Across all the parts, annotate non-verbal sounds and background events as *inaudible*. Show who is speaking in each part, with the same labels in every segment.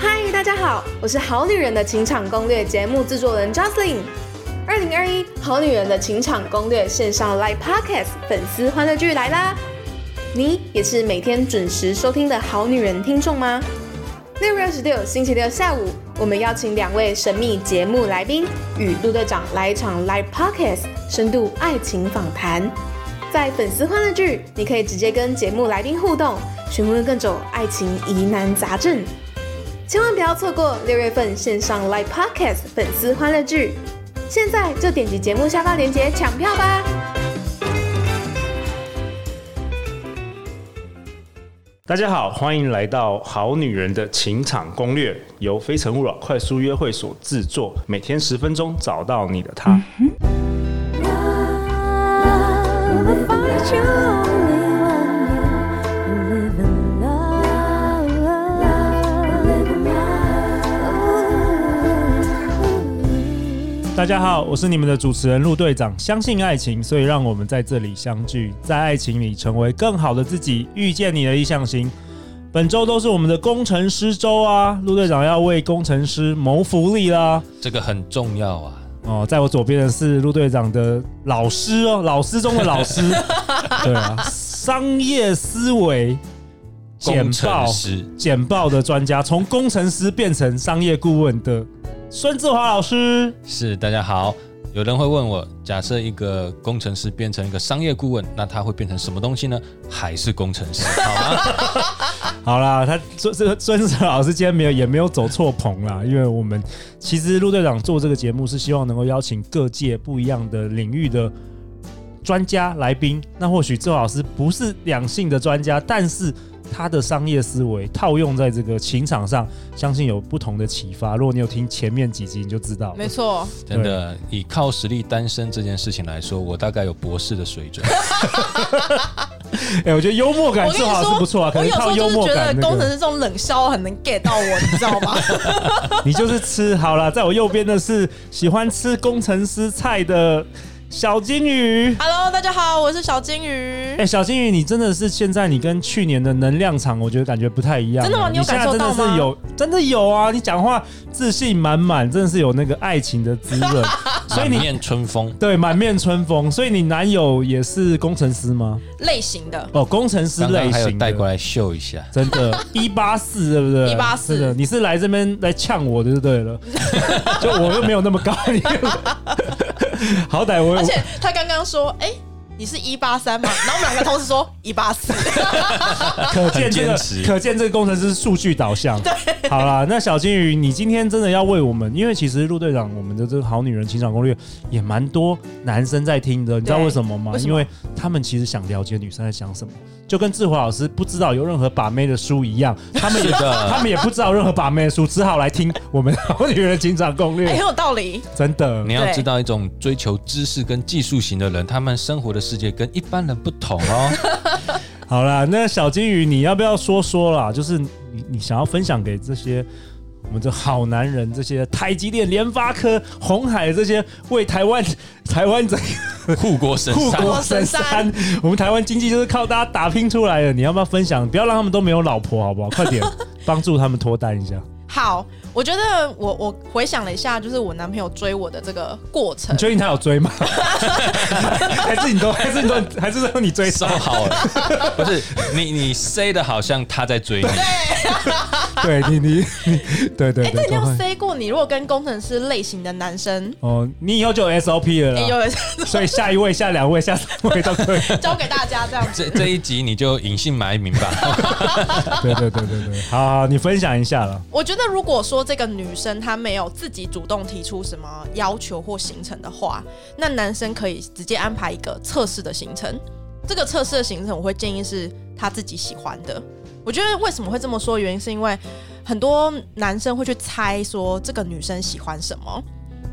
Speaker 1: 嘿，大家好，我是《好女人的情场攻略》节目制作人 Jocelyn。二零二一《好女人的情场攻略》线上 Live Podcast 粉丝欢乐剧来啦！你也是每天准时收听的好女人听众吗？六月二十六星期六下午，我们邀请两位神秘节目来宾与陆队长来一场 Live Podcast 深度爱情访谈。在粉丝欢乐剧，你可以直接跟节目来宾互动，询问各种爱情疑难杂症。千万不要错过六月份线上 Live Podcast 粉丝欢乐剧，现在就点击节目下方链接抢票吧！
Speaker 2: 大家好，欢迎来到《好女人的情场攻略》，由《非诚勿扰》快速约会所制作，每天十分钟，找到你的他。
Speaker 3: Love, find you only one. You live in love, live in love.
Speaker 4: 大家好，我是你们的主持人陆队长。相信爱情，所以让我们在这里相聚，在爱情里成为更好的自己，遇见你的理想型。本周都是我们的工程师周啊，陆队长要为工程师谋福利啦。
Speaker 5: 这个很重要啊。
Speaker 4: 哦，在我左边的是陆队长的老师哦，老师中的老师，对啊，商业思维简
Speaker 5: 工
Speaker 4: 报
Speaker 5: 程师
Speaker 4: 简报的专家，从工程师变成商业顾问的孙志华老师。
Speaker 5: 是，大家好。有人会问我，假设一个工程师变成一个商业顾问，那他会变成什么东西呢？还是工程师，好
Speaker 4: *laughs*
Speaker 5: 吗？
Speaker 4: 好啦，他孙孙孙子老师今天没有也没有走错棚啦，因为我们其实陆队长做这个节目是希望能够邀请各界不一样的领域的专家来宾。那或许周老师不是两性的专家，但是他的商业思维套用在这个情场上，相信有不同的启发。如果你有听前面几集，你就知道了。
Speaker 6: 没错，
Speaker 5: 真的，以靠实力单身这件事情来说，我大概有博士的水准。
Speaker 4: 哎、我觉得幽默感
Speaker 6: 我跟
Speaker 4: 周
Speaker 6: 你
Speaker 4: 老师
Speaker 6: 说，
Speaker 4: 不错啊，可
Speaker 6: 我
Speaker 4: 能
Speaker 6: 有时
Speaker 4: 靠
Speaker 6: 候就
Speaker 4: 幽
Speaker 6: 是
Speaker 4: 默
Speaker 6: 觉得
Speaker 4: 感、那个
Speaker 6: 工程师这种冷笑很能 get 到我，你知
Speaker 4: *laughs*
Speaker 6: 道吗？
Speaker 4: 你就是吃好了。在我右边的是喜欢吃工程师菜的小金鱼。
Speaker 6: Hello，大家好，我是小金鱼。
Speaker 4: 哎、小金鱼，你真的是现在你跟去年的能量场，我觉得感觉不太一样。哎
Speaker 6: 真的吗你有
Speaker 4: 现在
Speaker 6: 感受到
Speaker 4: 真的
Speaker 6: 吗
Speaker 4: 是有，真的有啊！你讲话自信满满，真的是有那个爱情的滋润， *laughs* 所以
Speaker 5: 满
Speaker 4: 你
Speaker 5: 面春风，
Speaker 4: 对满面春风。所以你男友也是工程师吗？
Speaker 6: 类型的，
Speaker 4: 哦，工程师
Speaker 5: 刚
Speaker 4: 类
Speaker 5: 刚还有
Speaker 4: 型
Speaker 5: 带过
Speaker 4: 的。
Speaker 5: 来秀一下。
Speaker 4: 真的，一八四对不对？
Speaker 6: 184
Speaker 4: 真的，你是来这边来呛我的就对 *laughs* 了，就我又没有那么高，你好歹我有
Speaker 6: 而且他刚刚说，哎、你是一八三吗？然后我们两个同时说一八四，
Speaker 4: *laughs* 可见这个
Speaker 5: 很坚持，
Speaker 4: 可见这个工程师是数据导向。对，好啦，那小金鱼，你今天真的要为我们，因为其实陆队长我们的这个好女人情场攻略也蛮多男生在听的，你知道为什么吗？
Speaker 6: 为什么
Speaker 4: 因为他们其实想了解女生在想什么，就跟志华老师不知道有任何把妹的书一 *laughs* 样，他们也
Speaker 5: 是的
Speaker 4: 他们也不知道任何把妹的书，只好来听我们 *laughs* 好女人的情场攻
Speaker 6: 哎、很
Speaker 4: 略，
Speaker 6: 有道理。
Speaker 4: 真的
Speaker 5: 你。要
Speaker 6: 对
Speaker 5: 知道，一种追求知识跟技术型的人，他们生活的世界跟一般人不同哦。
Speaker 4: *laughs* 好啦，那小金鱼，你要不要说说啦？就是你你想要分享给这些我们这好男人，这些台积电、联发科、红海这些为台湾台湾整
Speaker 5: 护国神
Speaker 4: 护
Speaker 5: 山，
Speaker 4: 国神山，我们台湾经济就是靠大家打拼出来的。你要不要分享？不要让他们都没有老婆，好不好？快点 *laughs* 帮助他们脱单一下。
Speaker 6: 好，我觉得我我回想了一下，就是我男朋友追我的这个过程
Speaker 4: 你，确定他有追吗？还是你都还是你都还是让你追
Speaker 5: 收
Speaker 4: 上？
Speaker 5: 好了，不是你你 say 的好像他在追你，
Speaker 4: 对你你你，对对对，
Speaker 6: 哎、这一定
Speaker 4: 都
Speaker 6: 要
Speaker 4: 会
Speaker 6: say 过你，如果跟工程师类型的男生，
Speaker 4: 哦，你以后就有 SOP 了
Speaker 6: 哎、
Speaker 4: 啦。
Speaker 6: 有 *laughs*
Speaker 4: 所以下一位、下两位、下三位都可以。
Speaker 6: 交给大家这样子。
Speaker 5: 这这一集你就隐姓埋名吧。
Speaker 6: *laughs*
Speaker 4: 对对对对对，好好，你分享一下了。
Speaker 6: 我觉得，如果说这个女生她没有自己主动提出什么要求或行程的话，那男生可以直接安排一个测试的行程。这个测试的行程，我会建议是他自己喜欢的。我觉得为什么会这么说，原因是因为很多男生会去猜说这个女生喜欢什么，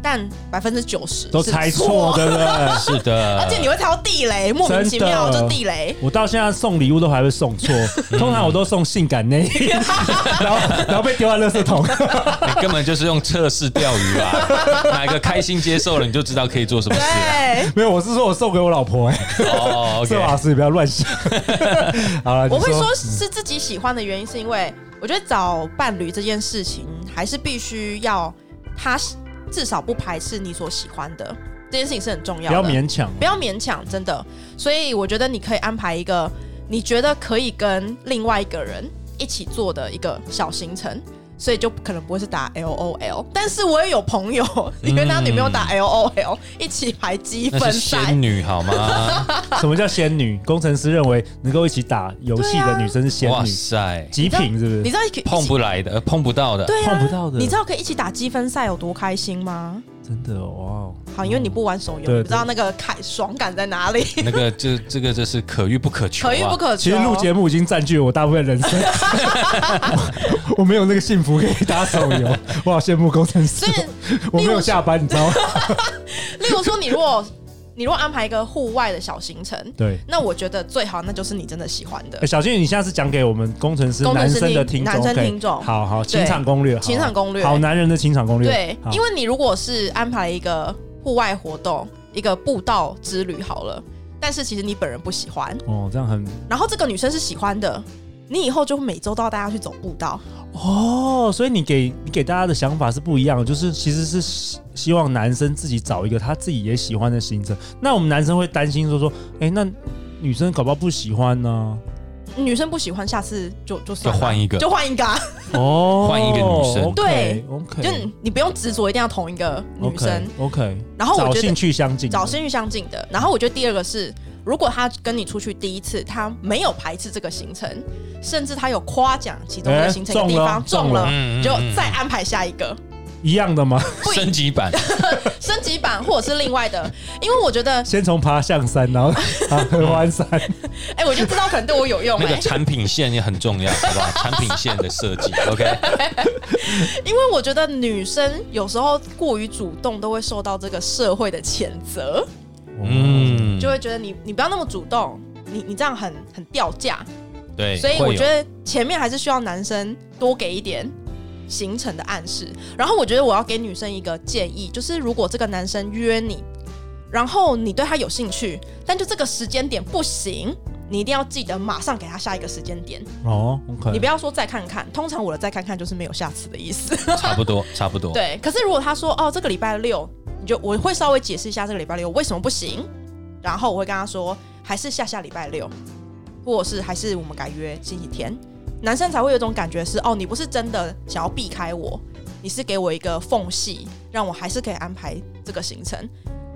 Speaker 6: 但百分之九十
Speaker 4: 都哦猜错，，对不对？
Speaker 5: 是的，
Speaker 6: 而且你会猜到地雷，莫名其妙
Speaker 4: 真的
Speaker 6: 就地雷。
Speaker 4: 我到现在送礼物都还会送错，通常我都送性感内衣， *laughs* 然后然后被丢在垃圾桶。
Speaker 5: 你根本就是用测试钓鱼吧？
Speaker 6: *laughs*
Speaker 5: 哪个开心接受了，你就知道可以做什么事了。
Speaker 6: 对，
Speaker 4: 没有，我是说我送给我老婆、哎，
Speaker 5: 哦
Speaker 4: 这老
Speaker 5: ，OK，
Speaker 4: *laughs* 师你不要乱想。好了， *laughs* 嗯
Speaker 6: 我会
Speaker 4: 你
Speaker 6: 说是自己喜欢的原因，是因为我觉得找伴侣这件事情，还是必须要他喜至少不排斥你所喜欢的，这件事情是很重要
Speaker 4: 不
Speaker 6: 的。
Speaker 4: 要勉强。
Speaker 6: 不要勉强，真的。所以我觉得你可以安排一个你觉得可以跟另外一个人一起做的一个小行程，所以就可能不会是打 L O L。但是我也有朋友，
Speaker 4: 嗯
Speaker 6: 因为他女朋友打 L O L，一起排积
Speaker 5: 那
Speaker 6: 分
Speaker 5: 是
Speaker 6: 赛
Speaker 5: 仙。女
Speaker 6: *laughs*
Speaker 5: 好吗？
Speaker 4: 什么叫仙女？工程师认为能够一起打游戏
Speaker 6: 对
Speaker 4: 的
Speaker 6: 啊
Speaker 4: 女生是仙
Speaker 5: 哇
Speaker 4: 女，
Speaker 5: 塞，
Speaker 4: 极品是不
Speaker 6: 你
Speaker 4: 是？
Speaker 6: 知道可以一起
Speaker 5: 碰不来的，呃碰不到的，
Speaker 6: 对啊，
Speaker 4: 碰不到的
Speaker 6: 你知道可以一起打积分赛有多开心吗？
Speaker 4: 真的哦哇哦！
Speaker 6: 好，因为你不玩手游，
Speaker 4: 对
Speaker 6: 你不知道那个开爽感在
Speaker 4: *laughs*
Speaker 6: 哪里，
Speaker 5: 那个就这个就是可遇不可求、啊，
Speaker 6: 可遇不可求。
Speaker 4: 其实录节目已经占据了我大部分人
Speaker 6: *laughs*
Speaker 4: 生，我我没有那个幸福可以打手游，我好羡慕工程师
Speaker 6: 所以，
Speaker 4: 我没有下班，你知
Speaker 6: *laughs*
Speaker 4: 道吗？
Speaker 6: 例如说，你如果 *laughs* 你如果安排一个户外的小行程，
Speaker 4: 对。
Speaker 6: 那我觉得最好那就是你真的喜欢的
Speaker 4: 欸、小俊，你下次讲给我们工程师
Speaker 6: 工程
Speaker 4: 男
Speaker 6: 师
Speaker 4: 生的听
Speaker 6: 听
Speaker 4: 众，
Speaker 6: 男生
Speaker 4: OK？
Speaker 6: 听众
Speaker 4: 好好情场攻略，好
Speaker 6: 情场攻略。
Speaker 4: 好男人的情场攻略，
Speaker 6: 对，
Speaker 4: 好
Speaker 6: 因为你如果是安排一个户外活动，一个步道之旅好了，但是其实你本人不喜欢，
Speaker 4: 哦，这样很
Speaker 6: 然后这个女生是喜欢的，你以后就每周都要带她去走步道。
Speaker 4: 哦，所以你给你给大家的想法是不一样的，就是其实是希希望男生自己找一个他自己也喜欢的行程。那我们男生会担心说说，哎、那女生搞不好不喜欢呢、
Speaker 6: 女生不喜欢，下次就就算
Speaker 5: 就换一个
Speaker 6: 就换一个、啊，
Speaker 4: 哦，
Speaker 5: 换一个女生
Speaker 6: 对
Speaker 4: ，OK，
Speaker 6: 就你你不用执着一定要同一个女生。
Speaker 4: ，OK，
Speaker 6: 然后我
Speaker 4: 找
Speaker 6: 觉
Speaker 4: 兴
Speaker 6: 得
Speaker 4: 趣相近，
Speaker 6: 找兴趣相近的。然后我觉得第二个是，如果他跟你出去第一次，他没有排斥这个行程，甚至他有夸奖其中的
Speaker 4: 哎
Speaker 6: 行程一个
Speaker 4: 中
Speaker 6: 地
Speaker 4: 了
Speaker 6: 方中
Speaker 4: 中
Speaker 6: 了
Speaker 4: 了，
Speaker 5: 嗯嗯嗯
Speaker 6: 就再安排下一个
Speaker 4: 一样的吗？ *laughs*
Speaker 6: 不一
Speaker 5: 升级版，
Speaker 6: 升级版或者是另外的。因为我觉得，
Speaker 4: 先从爬象山，
Speaker 6: *laughs*
Speaker 4: 然后爬合欢山，
Speaker 6: 哎，我就知道可能对我有用
Speaker 5: 那
Speaker 6: 哎、
Speaker 5: 个产品线也很重要，好
Speaker 6: *laughs*
Speaker 5: 不好？产品线的设计，OK，
Speaker 6: 因为我觉得女生有时候过于主动都会受到这个社会的谴责，
Speaker 4: 嗯，
Speaker 5: 嗯，
Speaker 6: 就会觉得你你不要那么主动，你你这样很很掉价。
Speaker 5: 对，
Speaker 6: 所以我
Speaker 5: 哎会有
Speaker 6: 觉得前面还是需要男生多给一点行程的暗示。然后我觉得我要给女生一个建议，就是如果这个男生约你，然后你对他有兴趣，但就这个时间点不行，你一定要记得马上给他下一个时间点。
Speaker 4: 哦
Speaker 6: 你
Speaker 4: ，OK，
Speaker 6: 不要说再看看，通常我的再看看就是没有下次的意思。
Speaker 5: 差不多，差不多，
Speaker 6: 对，可是如果他说哦这个礼拜六，你就我会稍微解释一下这个礼拜六为什么不行，然后我会跟他说还是下下礼拜六，或者是还是我们改约星期天，男生才会有一种感觉是哦你不是真的想要避开我，你是给我一个缝隙，让我还是可以安排这个行程。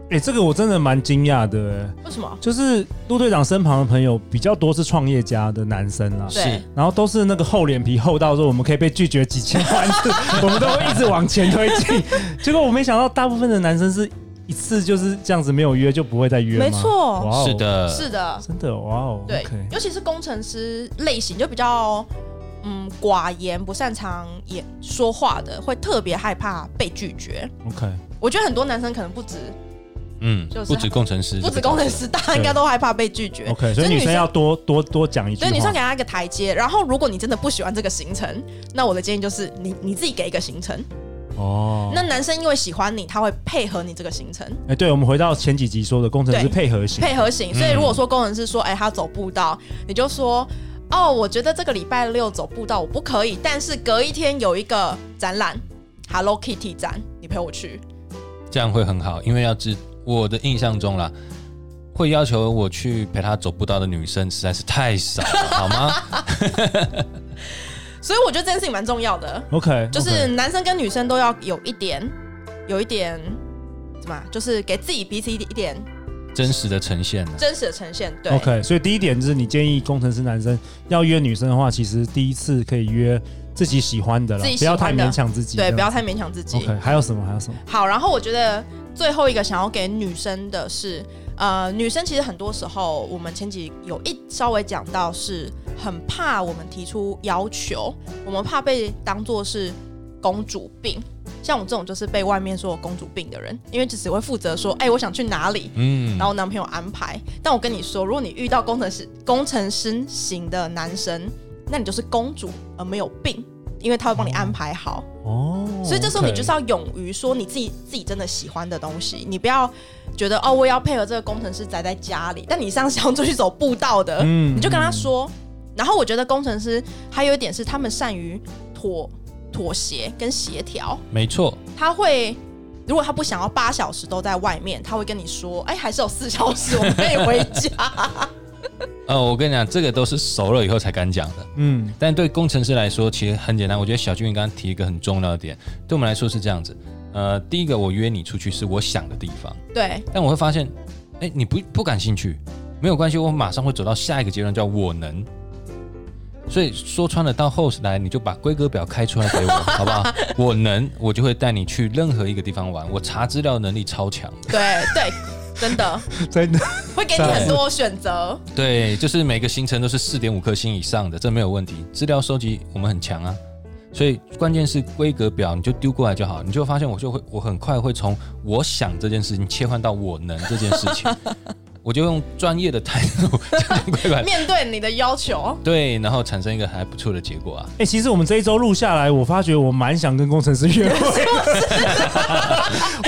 Speaker 4: 哎、这个我真的蛮惊讶的、欸。
Speaker 6: 为什么？
Speaker 4: 就是陆队长身旁的朋友比较多是创业家的男生啦，
Speaker 6: 对，
Speaker 4: 然后都是那个厚脸皮厚到说我们可以被拒绝几千万
Speaker 6: *laughs*
Speaker 4: 次，我们都会一直往前推进。结果我没想到大部分的男生是一次就是这样子没有约就不会再约吗，
Speaker 6: 没错
Speaker 4: 哇哦
Speaker 5: 是，的，
Speaker 6: 是的，
Speaker 4: 真的哇哦，
Speaker 6: 对
Speaker 4: OK
Speaker 6: 尤其是工程师类型就比较。嗯，寡言不擅长言说话的，会特别害怕被拒绝。
Speaker 4: OK，
Speaker 6: 我觉得很多男生可能不止
Speaker 5: 嗯
Speaker 6: 就，是
Speaker 5: 不止工程师，
Speaker 6: 不止工程，师，大家应该都害怕被拒绝。
Speaker 4: OK，所以女生要多多多讲一句
Speaker 6: 所以女生给
Speaker 4: 话。
Speaker 6: 她一个台阶，然后如果你真的不喜欢这个行程，那我的建议就是你你自己给一个行程。
Speaker 4: 哦，
Speaker 6: 那男生因为喜欢你，他会配合你这个行程，
Speaker 4: 哎，对，我们回到前几集说的工程师
Speaker 6: 对
Speaker 4: 配合型，
Speaker 6: 配合型。所以如果说工程师说，哎、他走步道，你就说，哦，我觉得这个礼拜六走步道我不可以，但是隔一天有一个展览，Hello Kitty 展，你陪我去。
Speaker 5: 这样会很好，因为要知我的印象中啦。会要求我去陪她走步道的女生实在是太少了，好吗？ *laughs*
Speaker 6: 所以我觉得这件事情蛮重要的。
Speaker 4: OK，
Speaker 6: 就是男生跟女生都要有一点，有一点怎么啊，就是给自己彼此一点一点
Speaker 5: 真实的呈现呢、
Speaker 6: 真实的呈现。对
Speaker 4: OK，所以第一点就是你建议工程师男生要约女生的话，其实第一次可以约自己喜欢的了
Speaker 6: 自己，
Speaker 4: 不
Speaker 6: 喜欢
Speaker 4: 要
Speaker 6: 的
Speaker 4: 太勉强自己。
Speaker 6: 对，不
Speaker 4: 这
Speaker 6: 要
Speaker 4: 样
Speaker 6: 太勉强自己。
Speaker 4: OK，还有什么？还有什么？
Speaker 6: 好，然后我觉得最后一个想要给女生的是，呃，女生其实很多时候，我们前几有一稍微讲到，是很怕我们提出要求，我们怕被当做是公主病。像我这种就是被外面说有公主病的人，因为只会负责说，哎、我想去哪里，
Speaker 5: 嗯
Speaker 6: 然，后男朋友安排。但我跟你说，如果你遇到工程师、工程师型的男生，那你就是公主，而没有病，因为他会帮你安排好。
Speaker 4: 哦，
Speaker 6: 所以这时候你就是要勇于说你自己自己真的喜欢的东西，你不要觉得哦，我也要配合这个工程师宅在家里，但你上次想要出去走步道的，
Speaker 4: 嗯
Speaker 6: 你就跟他说。然后我觉得工程师还有一点是他们善于妥妥协跟协调，
Speaker 5: 没错，
Speaker 6: 他会。如果他不想要八小时都在外面，他会跟你说：“哎、还是有四小时，我们可以回
Speaker 4: *laughs*
Speaker 6: 家。
Speaker 5: 呃，我跟你讲，这个都是熟了以后才敢讲的。
Speaker 6: *laughs*
Speaker 4: 嗯，
Speaker 5: 但对工程师来说，其实很简单。我觉得小俊刚刚提一个很重要的点，对我们来说是这样子。呃，第一个，我约你出去是我想的地方，”
Speaker 6: 对，
Speaker 5: 但我会发现，哎，你不不感兴趣，没有关系，我马上会走到下一个阶段，叫我能。所以说穿了，到后来你就把规格表开出来给我，好不好？我能，我就会带你去任何一个地方玩。我查资料能力超强，
Speaker 6: 对对，真的
Speaker 4: 真的，
Speaker 6: 会给你很多选
Speaker 5: *laughs*
Speaker 6: 择。
Speaker 5: 对，就是每个行程都是四点五颗星以上的，这没有问题。资料收集我们很强啊，所以关键是规格表，你就丢过来就好，你就会发现我就会我很快会从我想这件事情切换到我能这件事情，我就用专业的态度 *laughs* 讲规格，
Speaker 6: 面对你的要求，
Speaker 5: 对，然后产生一个还不错的结果啊。
Speaker 4: 哎、其实我们这一周录下来，我发觉我蛮想跟工程师约会 *laughs* 的，
Speaker 6: *laughs*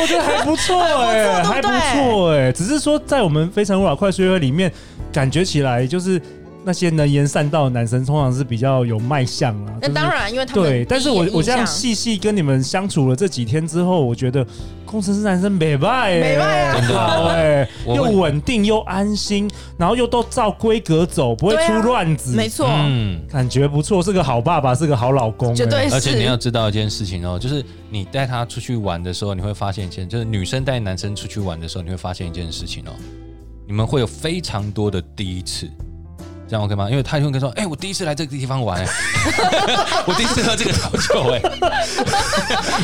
Speaker 4: 我觉得还不错哎、还
Speaker 6: 还不
Speaker 4: 不
Speaker 6: 错对不对
Speaker 4: 错哎、只是说在我们非常无法快速约会里面，感觉起来就是那些能言善道的男生，通常是比较有卖相啊。就
Speaker 6: 那
Speaker 4: 是
Speaker 6: 当然，因为他们
Speaker 4: 对，但是我
Speaker 6: 第一眼
Speaker 4: 我这样
Speaker 6: 印象
Speaker 4: 细细跟你们相处了这几天之后，我觉得工程师男生美败、欸，
Speaker 6: 美败啊
Speaker 5: 真的
Speaker 4: 好哎、
Speaker 5: 我
Speaker 4: 又
Speaker 5: 问
Speaker 4: 稳定又安心，然后又都照规格走，不会
Speaker 6: 对
Speaker 4: 出
Speaker 6: 啊
Speaker 4: 乱子，
Speaker 6: 没错，
Speaker 5: 嗯，
Speaker 4: 感觉不错，是个好爸爸，是个好老公、欸，
Speaker 6: 绝对是。
Speaker 5: 而且你要知道一件事情哦，就是你带他出去玩的时候，你会发现一件，就是女生带男生出去玩的时候，你会发现一件事情哦，你们会有非常多的第一次，这样 OK 吗？因为他就会跟说，哎、我第一次来这个地方 *laughs* 玩、哎，我第一次喝这个调酒、 *laughs* 哎，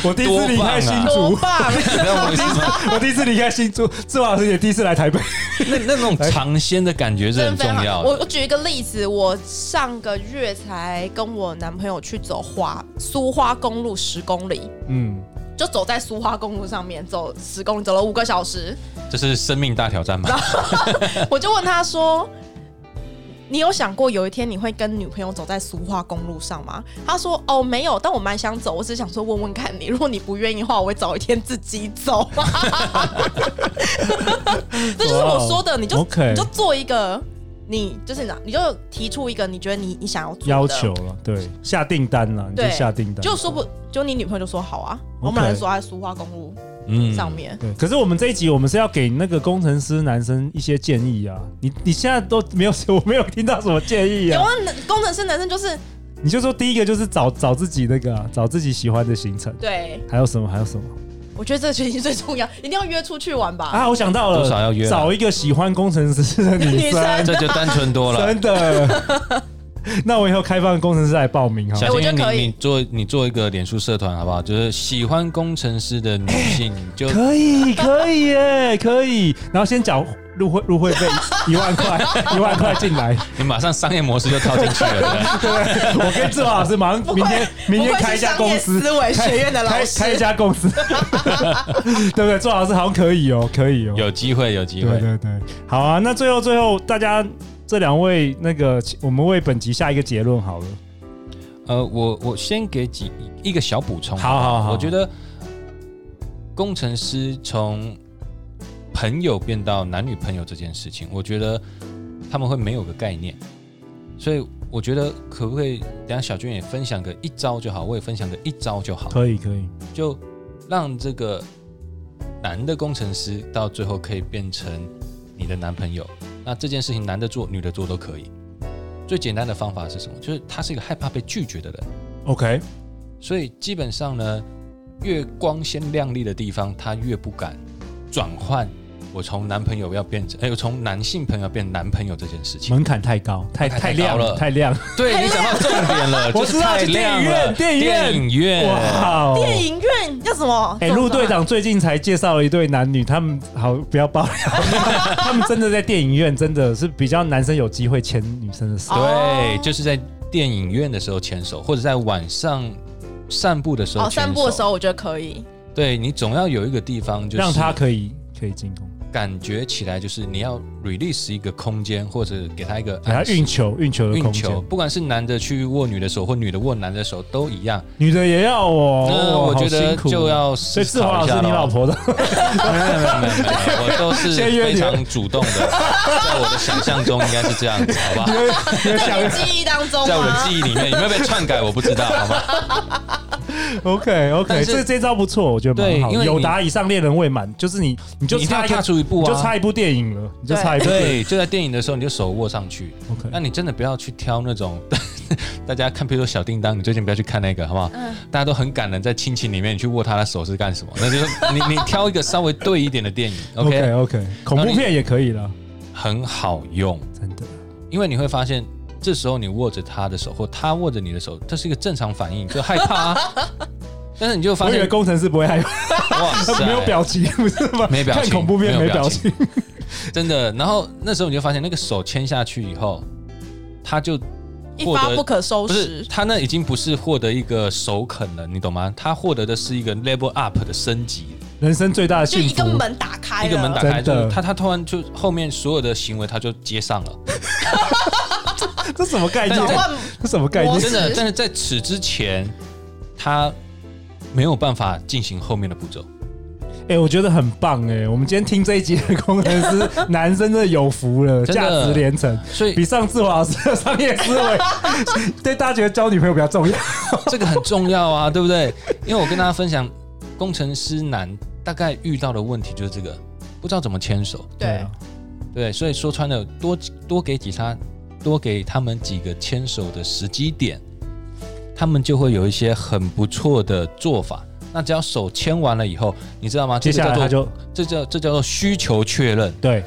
Speaker 4: 我第一次离开新
Speaker 6: 多
Speaker 4: 竹， *laughs*
Speaker 6: 棒！啊
Speaker 5: 你知道我的意思吗？
Speaker 4: 我第一次离开新竹，志华老师也第一次来台北，
Speaker 5: 那那种尝鲜的感觉是
Speaker 6: 真
Speaker 5: 很
Speaker 6: 的非
Speaker 5: 重
Speaker 6: 常好
Speaker 5: 要
Speaker 6: 我
Speaker 5: 的。
Speaker 6: 我举一个例子，我上个月才跟我男朋友去走花苏花公路十公里，
Speaker 4: 嗯，
Speaker 6: 就走在苏花公路上面走十公里，走了五个小时。
Speaker 5: 这是生命大挑战嘛？
Speaker 6: 我就问他说：“你有想过有一天你会跟女朋友走在苏花公路上吗？”他说：“哦，没有，但我蛮想走，我只是想说问问看你，如 *laughs* 果你不愿意的话，我会找一天自己走。” *laughs* 这就是我说的，你就
Speaker 4: 哦 OK
Speaker 6: 你就做一个。你就是哪，你就提出一个你觉得你你想要做的
Speaker 4: 要求，了，对，下订单了，你就
Speaker 6: 对，
Speaker 4: 下订单，
Speaker 6: 就说不，就你女朋友就说好啊，我们
Speaker 4: OK
Speaker 6: 俩就走在苏花公路
Speaker 5: 嗯
Speaker 6: 上面，
Speaker 4: 对，可是我们这一集我们是要给那个工程师男生一些建议啊，你你现在都没有， *laughs* 我没有听到什么建议
Speaker 6: 有
Speaker 4: 啊，
Speaker 6: 啊，男工程师男生就是
Speaker 4: 你就说第一个就是找找自己那个、啊，找自己喜欢的行程，
Speaker 6: 对，
Speaker 4: 还有什么还有什么
Speaker 6: 我觉得这个决定最重要，一定要约出去玩吧。
Speaker 4: 啊？我想到了，
Speaker 5: 多少要约啦
Speaker 4: 找一个喜欢工程师的女
Speaker 6: *laughs* 女
Speaker 4: 生，
Speaker 6: 生
Speaker 5: 这就单纯多了。
Speaker 4: 真的。 *laughs* 那我以后开放工程师来报名好
Speaker 5: 小
Speaker 4: 了，
Speaker 6: 我
Speaker 5: 金，
Speaker 6: 觉得可以
Speaker 5: 你你做你做一个脸书社团好不好？就是喜欢工程师的女性，你就
Speaker 4: 可以可以耶，可以。然后先缴入会入会
Speaker 5: *laughs*
Speaker 4: 费一万块，一万块进来。
Speaker 5: 你马上商业模式就套进
Speaker 4: *laughs*
Speaker 5: 去了，对不对？
Speaker 4: 对，我跟志华老师马上明天明天
Speaker 6: 不愧是
Speaker 4: 开一家公司，
Speaker 6: 商业思维学院的老
Speaker 4: 开
Speaker 6: 师
Speaker 4: 开开一家公
Speaker 6: *laughs*
Speaker 4: 司，对不对？志华老师好像可以哦，可以哦。
Speaker 5: 有机会，有机
Speaker 4: 对
Speaker 5: 会。
Speaker 4: 对对，好啊。那最后最后，大家这两位那个，我们为本集下一个结论好了。
Speaker 5: 呃，我我先给几一个小补充。
Speaker 4: 好好好
Speaker 5: 我觉得工程师从朋友变到男女朋友这件事情，我觉得他们会没有个概念，所以我觉得可不可以等一下小娟也分享个一招就好，我也分享个一招就好。
Speaker 4: 可以可以，
Speaker 5: 就让这个男的工程师到最后可以变成你的男朋友。那这件事情男的做、女的做都可以。最简单的方法是什么？就是他是一个害怕被拒绝的人，
Speaker 4: OK，
Speaker 5: 所以基本上呢，越光鲜亮丽的地方，他越不敢转换。我从男朋友要变成，哎、我从男性朋友变哎哎男朋友这件事情，
Speaker 4: 门槛太高，太
Speaker 5: 太
Speaker 4: 太亮
Speaker 5: 高了
Speaker 4: 太
Speaker 5: *laughs*
Speaker 4: 亮。
Speaker 5: 对你讲到重点了，
Speaker 4: *laughs* 我
Speaker 5: 就是
Speaker 4: 知道
Speaker 5: 太
Speaker 4: 去电
Speaker 5: 亮
Speaker 4: 影院
Speaker 5: 了，
Speaker 4: 电影院
Speaker 5: 电影院，
Speaker 4: 哇哦！
Speaker 6: 电影院要什么？
Speaker 4: 哎、
Speaker 6: 这种
Speaker 4: 陆队
Speaker 6: 什么
Speaker 4: 长最近才介绍了一对男女，他们好不要爆
Speaker 5: *laughs*
Speaker 4: 料，他们真的在电影院真的是比较男生有机会牵女生的手。
Speaker 5: 对，就是在电影院的时候牵手，或者在晚上散步的时候
Speaker 6: 哦，
Speaker 5: 牵手。
Speaker 6: 散步的时，候我觉得可以，
Speaker 5: 对你总要有一个地方就是
Speaker 4: 让他可以可以进攻。
Speaker 5: 感觉起来就是你要 release 一个空间，或者给他一个
Speaker 4: 给他
Speaker 5: 暗示
Speaker 4: 运球运球的
Speaker 5: 哎运
Speaker 4: 空间
Speaker 5: 球，，不管是男的去握女的手，或女的握男的手，都一样。
Speaker 4: 女的也要哦。
Speaker 5: 那
Speaker 4: 哦
Speaker 5: 嗯我觉
Speaker 4: 好
Speaker 5: 得
Speaker 4: 辛苦
Speaker 5: 就要
Speaker 4: 所
Speaker 5: 思
Speaker 4: 以志华
Speaker 5: 考
Speaker 4: 老
Speaker 5: 一
Speaker 4: 师
Speaker 5: 下，
Speaker 4: 你老
Speaker 5: 咯。
Speaker 4: *laughs*
Speaker 5: *laughs*
Speaker 4: 婆的，
Speaker 5: 没有没有没有没有，我都是
Speaker 4: 先约
Speaker 5: 非
Speaker 4: 你
Speaker 5: 常主动的，在我的想象中应该是这样子，好不好？
Speaker 6: 在你记忆当中啊
Speaker 5: 在我的
Speaker 6: 吗？
Speaker 5: 记忆里面有没有被篡改，我不知道，好吗？
Speaker 4: OK OK，
Speaker 5: 但是
Speaker 4: 这这招不错，我觉得蛮好。
Speaker 5: 对因为你
Speaker 4: 有达以上恋人未满，就是你你就
Speaker 5: 你一定
Speaker 4: 差
Speaker 5: 要
Speaker 4: 一个
Speaker 5: 踏出一步啊！
Speaker 4: 你就差一部电影了，你就
Speaker 6: 对
Speaker 4: 差一部电影。
Speaker 5: 对，就在电影的时候，你就手握上去。那
Speaker 4: OK，
Speaker 5: 你真的不要去挑那种， *laughs* 大家看，比如说小叮当，你最近不要去看那个，好不好？大家都很感人，在亲情里面，你去握他的手是干什么？那就是你你挑一个稍微对一点的电影
Speaker 4: OK
Speaker 5: ，OK，
Speaker 4: OK，恐怖片也可以了，
Speaker 5: 很好用，
Speaker 4: 真的。
Speaker 5: 因为你会发现，这时候你握着他的手，或他握着你的手，这是一个正常反应，就害怕啊。但是你就
Speaker 4: 我
Speaker 5: 发
Speaker 4: 以为
Speaker 5: 现，
Speaker 4: 工程师不会害怕，
Speaker 5: 哇塞，
Speaker 4: *laughs* 没有表情，不是吗？
Speaker 5: 没表情
Speaker 4: 看恐怖片
Speaker 5: 没
Speaker 4: 没
Speaker 5: 有表
Speaker 4: 表
Speaker 5: 情
Speaker 4: 情，
Speaker 5: 真的。然后那时候你就发现，那个手牵下去以后，他就
Speaker 6: 一
Speaker 5: 获
Speaker 6: 发
Speaker 5: 得
Speaker 6: 不可收
Speaker 5: 不是
Speaker 6: 拾。
Speaker 5: 他那已经不是获得一个首肯了，你懂吗？他获得的是一个 level up 的升级，
Speaker 4: 人生最大的
Speaker 6: 就
Speaker 4: 幸
Speaker 6: 一个
Speaker 4: 福。
Speaker 6: 门打开了，
Speaker 5: 一个门打开，
Speaker 4: 真
Speaker 5: 就
Speaker 4: 的
Speaker 5: 是他他突然就后面所有的行为他就接上了，
Speaker 4: 这什么概念
Speaker 5: 但
Speaker 6: 转？换
Speaker 4: 这什么概
Speaker 6: 我
Speaker 4: 念
Speaker 6: 是？
Speaker 5: 真的。但是在此之前，他没有办法进行后面的步骤。
Speaker 4: 哎，我觉得很棒哎！我们今天听这一集的工程师男生真的有福了，
Speaker 5: 真的
Speaker 4: 价值连城，
Speaker 5: 所以
Speaker 4: 比上志华老师的商业思
Speaker 5: *laughs*
Speaker 4: 维，对大家觉得交女朋友比较重
Speaker 6: 啊
Speaker 4: 要。
Speaker 5: 这个很重要啊， *laughs* 对不对？因为我跟大家分享，工程师男大概遇到的问题就是这个，不知道怎么牵手。
Speaker 6: 对
Speaker 4: 啊，
Speaker 5: 对，所以说穿了，多多给几他，多给他们几个牵手的时机点，他们就会有一些很不错的做法。那只要手牵完了以后，你知道吗？
Speaker 4: 接下来
Speaker 5: 这
Speaker 4: 他
Speaker 5: 个叫做
Speaker 4: 就
Speaker 5: 这叫这叫做需求确认，
Speaker 4: 对，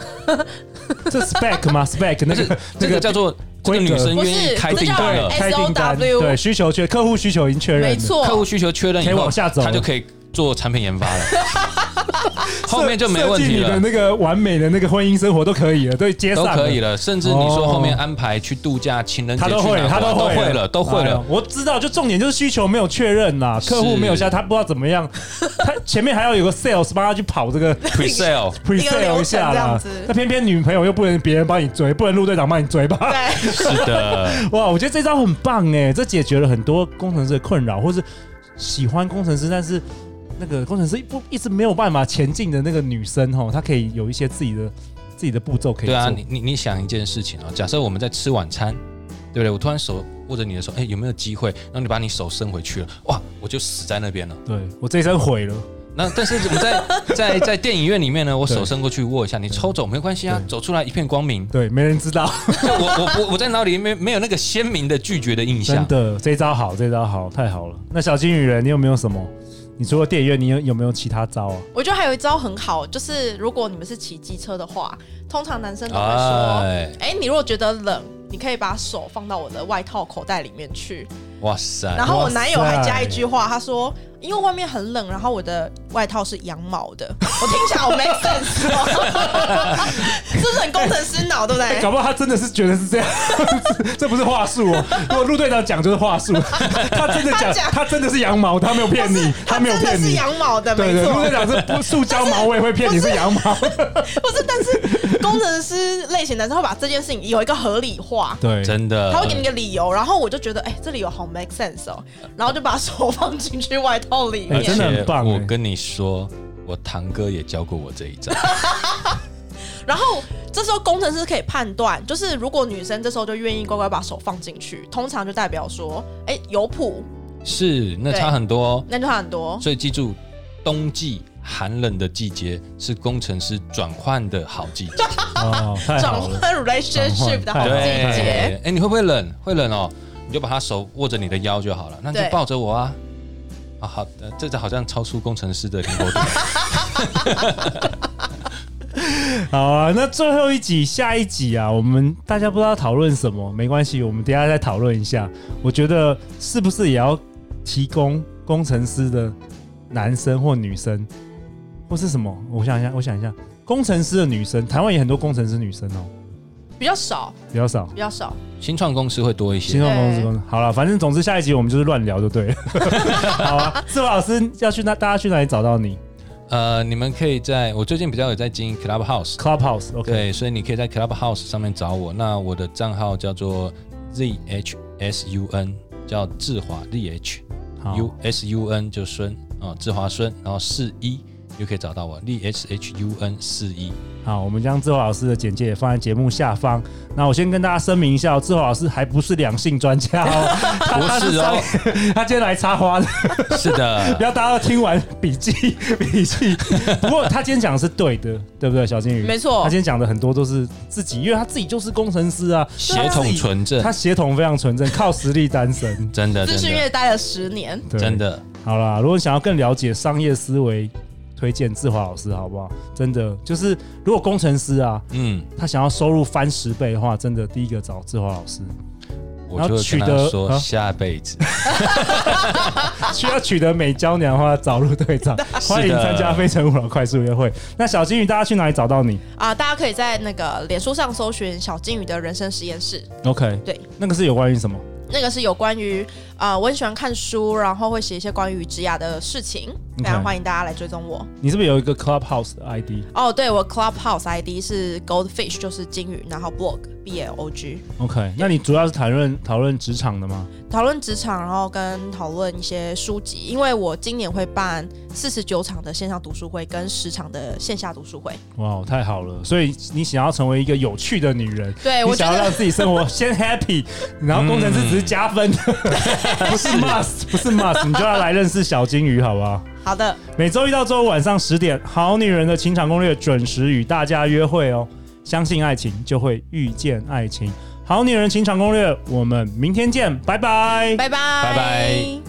Speaker 4: 这 spec 吗？spec 那
Speaker 5: 但是
Speaker 4: 个
Speaker 5: 这个叫做这
Speaker 4: 规
Speaker 5: 个女
Speaker 4: 则
Speaker 5: 生
Speaker 6: 不
Speaker 5: 愿意
Speaker 6: 是
Speaker 5: 开
Speaker 6: 这
Speaker 5: 订
Speaker 6: 叫哎
Speaker 5: 单了，
Speaker 4: 开订单，
Speaker 6: SOW
Speaker 4: 对需求确客户需求已经确认了，
Speaker 6: 没错，
Speaker 5: 客户需求确认以
Speaker 4: 可以
Speaker 5: 后，
Speaker 4: 往下走
Speaker 5: 他就可以做产品研发了，
Speaker 4: *laughs* 设，
Speaker 5: 后面就没问
Speaker 4: 设计
Speaker 5: 题
Speaker 4: 你的
Speaker 5: 了。
Speaker 4: 那个完美的那个婚姻生活都可以了，都接上
Speaker 5: 都可以
Speaker 4: 了。
Speaker 5: 了，甚至你说
Speaker 4: 哦
Speaker 5: 后面安排去度假、情人节
Speaker 4: 他
Speaker 5: 去
Speaker 4: 都
Speaker 5: 哪
Speaker 4: 会，他
Speaker 5: 玩
Speaker 4: 都
Speaker 5: 都
Speaker 4: 会
Speaker 5: 会了，都会
Speaker 4: 哎
Speaker 5: 了
Speaker 4: 呦。我知道，就重点就是需求没有确认啦，
Speaker 5: 是
Speaker 4: 客户没有下，他不知道怎么样，
Speaker 5: *laughs*
Speaker 4: 他前面还要有个 sales 帮他去跑这个
Speaker 5: pre sale，
Speaker 4: pre
Speaker 6: 一个
Speaker 4: sale
Speaker 6: 流程
Speaker 4: 一下
Speaker 6: 这样
Speaker 4: 啦
Speaker 6: 子。
Speaker 4: 那偏偏女朋友又不能别人帮你追，不能陆队长帮你追
Speaker 6: *laughs*
Speaker 4: 吧？
Speaker 6: 对，
Speaker 5: 是的，
Speaker 4: 哇，我觉得这招很棒哎，这解决了很多工程师的困扰，或是喜欢工程师但是那个工程师不一直没有办法前进的那个女生哦，她可以有一些自己的自己的步骤可以
Speaker 5: *laughs* 对
Speaker 4: 做。
Speaker 5: 啊，你你你想一件事情啊，假设我们在吃晚餐，对不对？我突然手握着你的手，哎，有没有机会？然后你把你手伸回去了，哇，我就死在那边了。
Speaker 4: 对我这一生毁了，
Speaker 5: 那但是我们在在在电影院里面呢，我手
Speaker 4: 对
Speaker 5: 伸过去握一下，你抽走没关系啊，
Speaker 4: 对
Speaker 5: 走出来一片光明。 *laughs*
Speaker 4: 对，没人知道，
Speaker 5: 就我我我我在脑里面没有那个鲜明的拒绝的印象
Speaker 4: 真。的，这一招好，这一招好，太好了。那小金鱼人，你有没有什么？你除了电影院，你有有没有其他招啊？
Speaker 6: 我觉得还有一招很好，就是如果你们是骑机车的话，通常男生都会说，
Speaker 5: 哎，
Speaker 6: 哎，你如果觉得冷，你可以把手放到我的外套口袋里面去。
Speaker 5: 哇塞！
Speaker 6: 然后
Speaker 4: 哇
Speaker 6: 我
Speaker 4: 塞
Speaker 6: 男友还加一句话，他说：“因为外面很冷，然后我的外套是羊毛
Speaker 4: *laughs*
Speaker 6: 的。”我听起来好没 sense 哦，是不是很工程师脑，对不
Speaker 4: 哎、
Speaker 6: 对？
Speaker 4: 搞不好他真的是觉得是这样， *laughs* 这不是话术哦。如果陆队长讲就是话术，哦 *laughs* 他真的
Speaker 6: 他
Speaker 4: 讲，
Speaker 6: 讲
Speaker 4: 他真的是羊毛，他没有骗你，他没有
Speaker 6: 真的
Speaker 4: 骗
Speaker 6: 是
Speaker 4: 你。
Speaker 6: 羊毛的，
Speaker 4: 对
Speaker 6: 没
Speaker 4: 对，
Speaker 6: 错
Speaker 4: 陆。队长是不塑胶毛，我也会骗你是羊毛。
Speaker 6: 不是，但是工程师类型男生会把这件事情有一个合理化。
Speaker 4: 对
Speaker 5: 真的，
Speaker 6: 他会给你一个理由，然后我就觉得，哎、这理由好 make sense 哦，然后就把手放进去外套里面。
Speaker 4: 哎真的很棒哎
Speaker 5: 而且我跟你说，我堂哥也教过我这一招。 *laughs*
Speaker 6: 然后这时候工程师可以判断，就是如果女生这时候就愿意乖乖把手放进去，通常就代表说，哎、有谱，
Speaker 5: 是，那
Speaker 6: 对
Speaker 5: 差很多哦。
Speaker 6: 那就差很多。
Speaker 5: 所以记住，冬季寒冷的季节是工程师转换的好季节。
Speaker 4: 哦，太
Speaker 6: 转
Speaker 4: 好了。
Speaker 6: 换
Speaker 4: *laughs*
Speaker 6: relationship 的
Speaker 4: 转换
Speaker 6: 好季
Speaker 4: 太好
Speaker 6: 节，
Speaker 5: 哎、你会不会冷？会冷哦，你就把他手握着你的腰就好了，那你就
Speaker 6: 对
Speaker 5: 抱着我啊。啊，好，呃这个好像超出工程师的灵活度。
Speaker 4: 好啊，那最后一集、下一集啊，我们大家不知道讨论什么，没关系，我们等一下再讨论一下。我觉得是不是也要提供工程师的男生或女生，或是什么？我想一下，我想一下，工程师的女生，台湾也很多工程师女生哦，
Speaker 6: 比较少，
Speaker 4: 比较少。
Speaker 6: 比较少。
Speaker 5: 新创公司会多一
Speaker 4: 新
Speaker 5: 些，
Speaker 4: 创公司
Speaker 6: 对
Speaker 4: 公司，好了，反正总之下 *laughs* 一集我们就是乱聊就对了。好啊，志华老师要去那大家去哪里找到你？
Speaker 5: 呃，你们可以在我最近比较有在经营 Clubhouse，
Speaker 4: Clubhouse OK，
Speaker 5: 对，所以你可以在 Clubhouse 上面找我。那我的账号叫做 zhsun，叫志华 zh
Speaker 4: 好
Speaker 5: u s u n 就孙啊、哦，志华孙，然后四一就可以找到我 zhsun 四一。
Speaker 4: 好，我们将志华老师的简介也放在节目下方。那我先跟大家声明一下哦，志华老师还不是两性专家
Speaker 5: *laughs*
Speaker 4: 哦，
Speaker 5: 不是哦，
Speaker 4: 他今天来插花的， *laughs*
Speaker 5: *laughs* 是
Speaker 4: 不 *laughs*
Speaker 5: 的，
Speaker 4: 要大家都听完笔记笔记。不过他今天讲的是对的，对不对，小金鱼？
Speaker 6: 没错
Speaker 4: 他今天讲的很多都是自己，因为他自己就是工程师啊，
Speaker 5: 血统纯正
Speaker 4: 他，血统非常纯正，靠实力单
Speaker 5: *laughs*
Speaker 4: 身。
Speaker 5: 真的，
Speaker 6: 资
Speaker 5: 真
Speaker 6: 讯
Speaker 5: 的，
Speaker 6: 业待了十年，
Speaker 4: 对
Speaker 5: 真的，
Speaker 4: 好啦，如果你想要更了解商业思维，推荐志华老师好不好？真的，就是如果工程师啊，
Speaker 5: 嗯，
Speaker 4: 他想要收入翻十倍的话，真的第一个找志华老师，
Speaker 5: 我
Speaker 4: 然后
Speaker 5: 就
Speaker 4: 取
Speaker 5: 跟他
Speaker 4: 得
Speaker 5: 说
Speaker 4: 啊
Speaker 5: 下辈子。
Speaker 4: 需要取得美娇娘的话，找陆队长。欢迎参加《非诚勿扰》快速约会。那小金鱼，大家去哪里找到你
Speaker 6: 啊、大家可以在那个脸书上搜寻小金鱼的人生实验室，
Speaker 4: ？OK，
Speaker 6: 对，
Speaker 4: 那个是有关于什么？
Speaker 6: 那个是有关于啊、呃我很喜欢看书，然后会写一些关于职涯的事情，
Speaker 4: OK
Speaker 6: 非常欢迎大家来追踪我。
Speaker 4: 你是不是有一个 Clubhouse 的 ID？OK，、
Speaker 6: 哦，对，我 Clubhouse ID 是 Goldfish，就是金鱼，然后 blog B L O G，
Speaker 4: 那你主要是谈论讨论职场的吗？
Speaker 6: 讨论职场，然后跟讨论一些书籍，因为我今年会办四十九场的线上读书会跟十场的线下读书会。
Speaker 4: 哇，太好了！所以你想要成为一个有趣的女人，
Speaker 6: 对
Speaker 4: 你
Speaker 6: 我觉
Speaker 4: 想要让
Speaker 6: 得
Speaker 4: 自己生活先 happy，然后工程师只是加分， *laughs* 不是 must，不是 must，你就要来认识小金鱼，好不好？
Speaker 6: 好的，
Speaker 4: 每周一到周五晚上十点，《好女人的情场攻略》准时与大家约会哦。相信爱情，就会遇见爱情。《好女人情场攻略》，我们明天见，拜拜。
Speaker 6: 拜拜，
Speaker 5: 拜拜。